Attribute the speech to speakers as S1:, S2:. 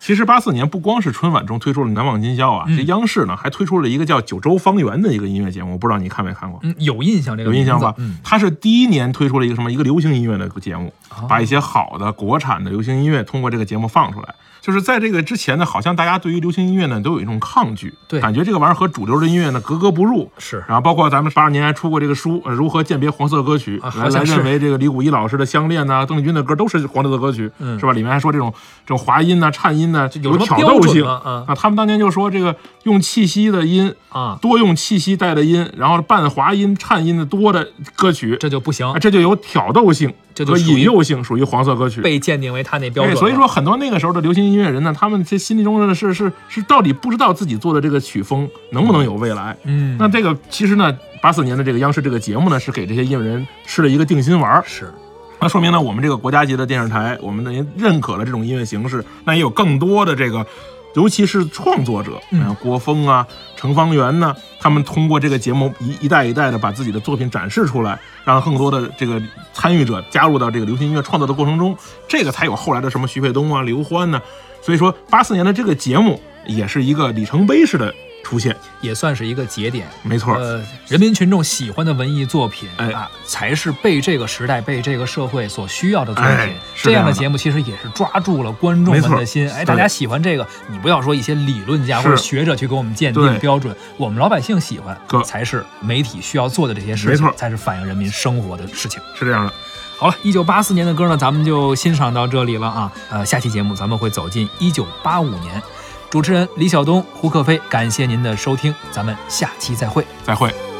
S1: 其实八四年不光是春晚中推出了《难忘今宵》
S2: 嗯
S1: 啊，这央视呢还推出了一个叫《九州方圆》的一个音乐节目，我不知道你看没看过。
S2: 嗯，有印象这个
S1: 有印象吧
S2: 名字嗯，？
S1: 它是第一年推出了一个什么一个流行音乐的节目，
S2: 啊
S1: 把一些好的国产的流行音乐通过这个节目放出来。就是在这个之前呢，好像大家对于流行音乐呢都有一种抗拒，
S2: 对
S1: 感觉这个玩意儿和主流的音乐呢格格不入。
S2: 是
S1: 然后包括咱们八二年还出过这个书，呃如何鉴别黄色歌曲
S2: 啊，好
S1: 来来
S2: 像是
S1: 认为这个李谷一老师的《相恋》呐、邓丽君的歌都是黄色的歌曲，
S2: 嗯
S1: 是吧？里面还说这种这种滑音呐、颤音呐、
S2: 有什么
S1: 挑
S2: 标
S1: 逗
S2: 准
S1: 性
S2: 吗啊
S1: 他们当年就说这个用气息的音
S2: 啊，
S1: 多用气息带的音，然后伴滑音、颤音的多的歌曲，
S2: 这就不行
S1: 啊，，这就有挑逗性
S2: 这就
S1: 和
S2: 属于
S1: 引诱性，属于黄色歌曲。
S2: 被鉴定为他那标
S1: 对，
S2: 准。
S1: 哎所以说，很多那个时候的流行音乐人呢，他们这心里中呢是是是到底不知道自己做的这个曲风能不能有未来。
S2: 嗯，
S1: 那这个其实呢，八四年的这个央视这个节目呢，是给这些音乐人吃了一个定心丸儿。
S2: 是
S1: 那说明呢，我们这个国家级的电视台，我们呢也认可了这种音乐形式，那也有更多的这个，尤其是创作者，
S2: 嗯
S1: 像郭峰啊、程方圆呐、他们通过这个节目一一代一代的把自己的作品展示出来，让更多的这个参与者加入到这个流行音乐创作的过程中，这个才有后来的什么徐沛东啊、刘欢呐、所以说，八四年的这个节目也是一个里程碑式的出现，
S2: 也算是一个节点。
S1: 没错。
S2: 呃，人民群众喜欢的文艺作品
S1: 哎
S2: 啊，才是被这个时代、被这个社会所需要的作
S1: 哎
S2: 品。
S1: 是这
S2: 这样
S1: 样的
S2: 的节目其实也是抓住了观众
S1: 没
S2: 们
S1: 错
S2: 的心。哎，
S1: 对
S2: 大家喜欢这个，你不要说一些理论家
S1: 是
S2: 或者学者去给我们鉴
S1: 对
S2: 定标准，我们老百姓喜欢
S1: 哥，
S2: 才是媒体需要做的这些事
S1: 没
S2: 情
S1: 错，
S2: 才是反映人民生活的事情。
S1: 是这样的。
S2: 好了，一九八四年的歌呢，咱们就欣赏到这里了啊。呃，下期节目咱们会走进一九八五年。主持人李晓东、胡克飞，感谢您的收听，咱们下期再会。
S1: 再会。
S3: 「君の声が聞こえる」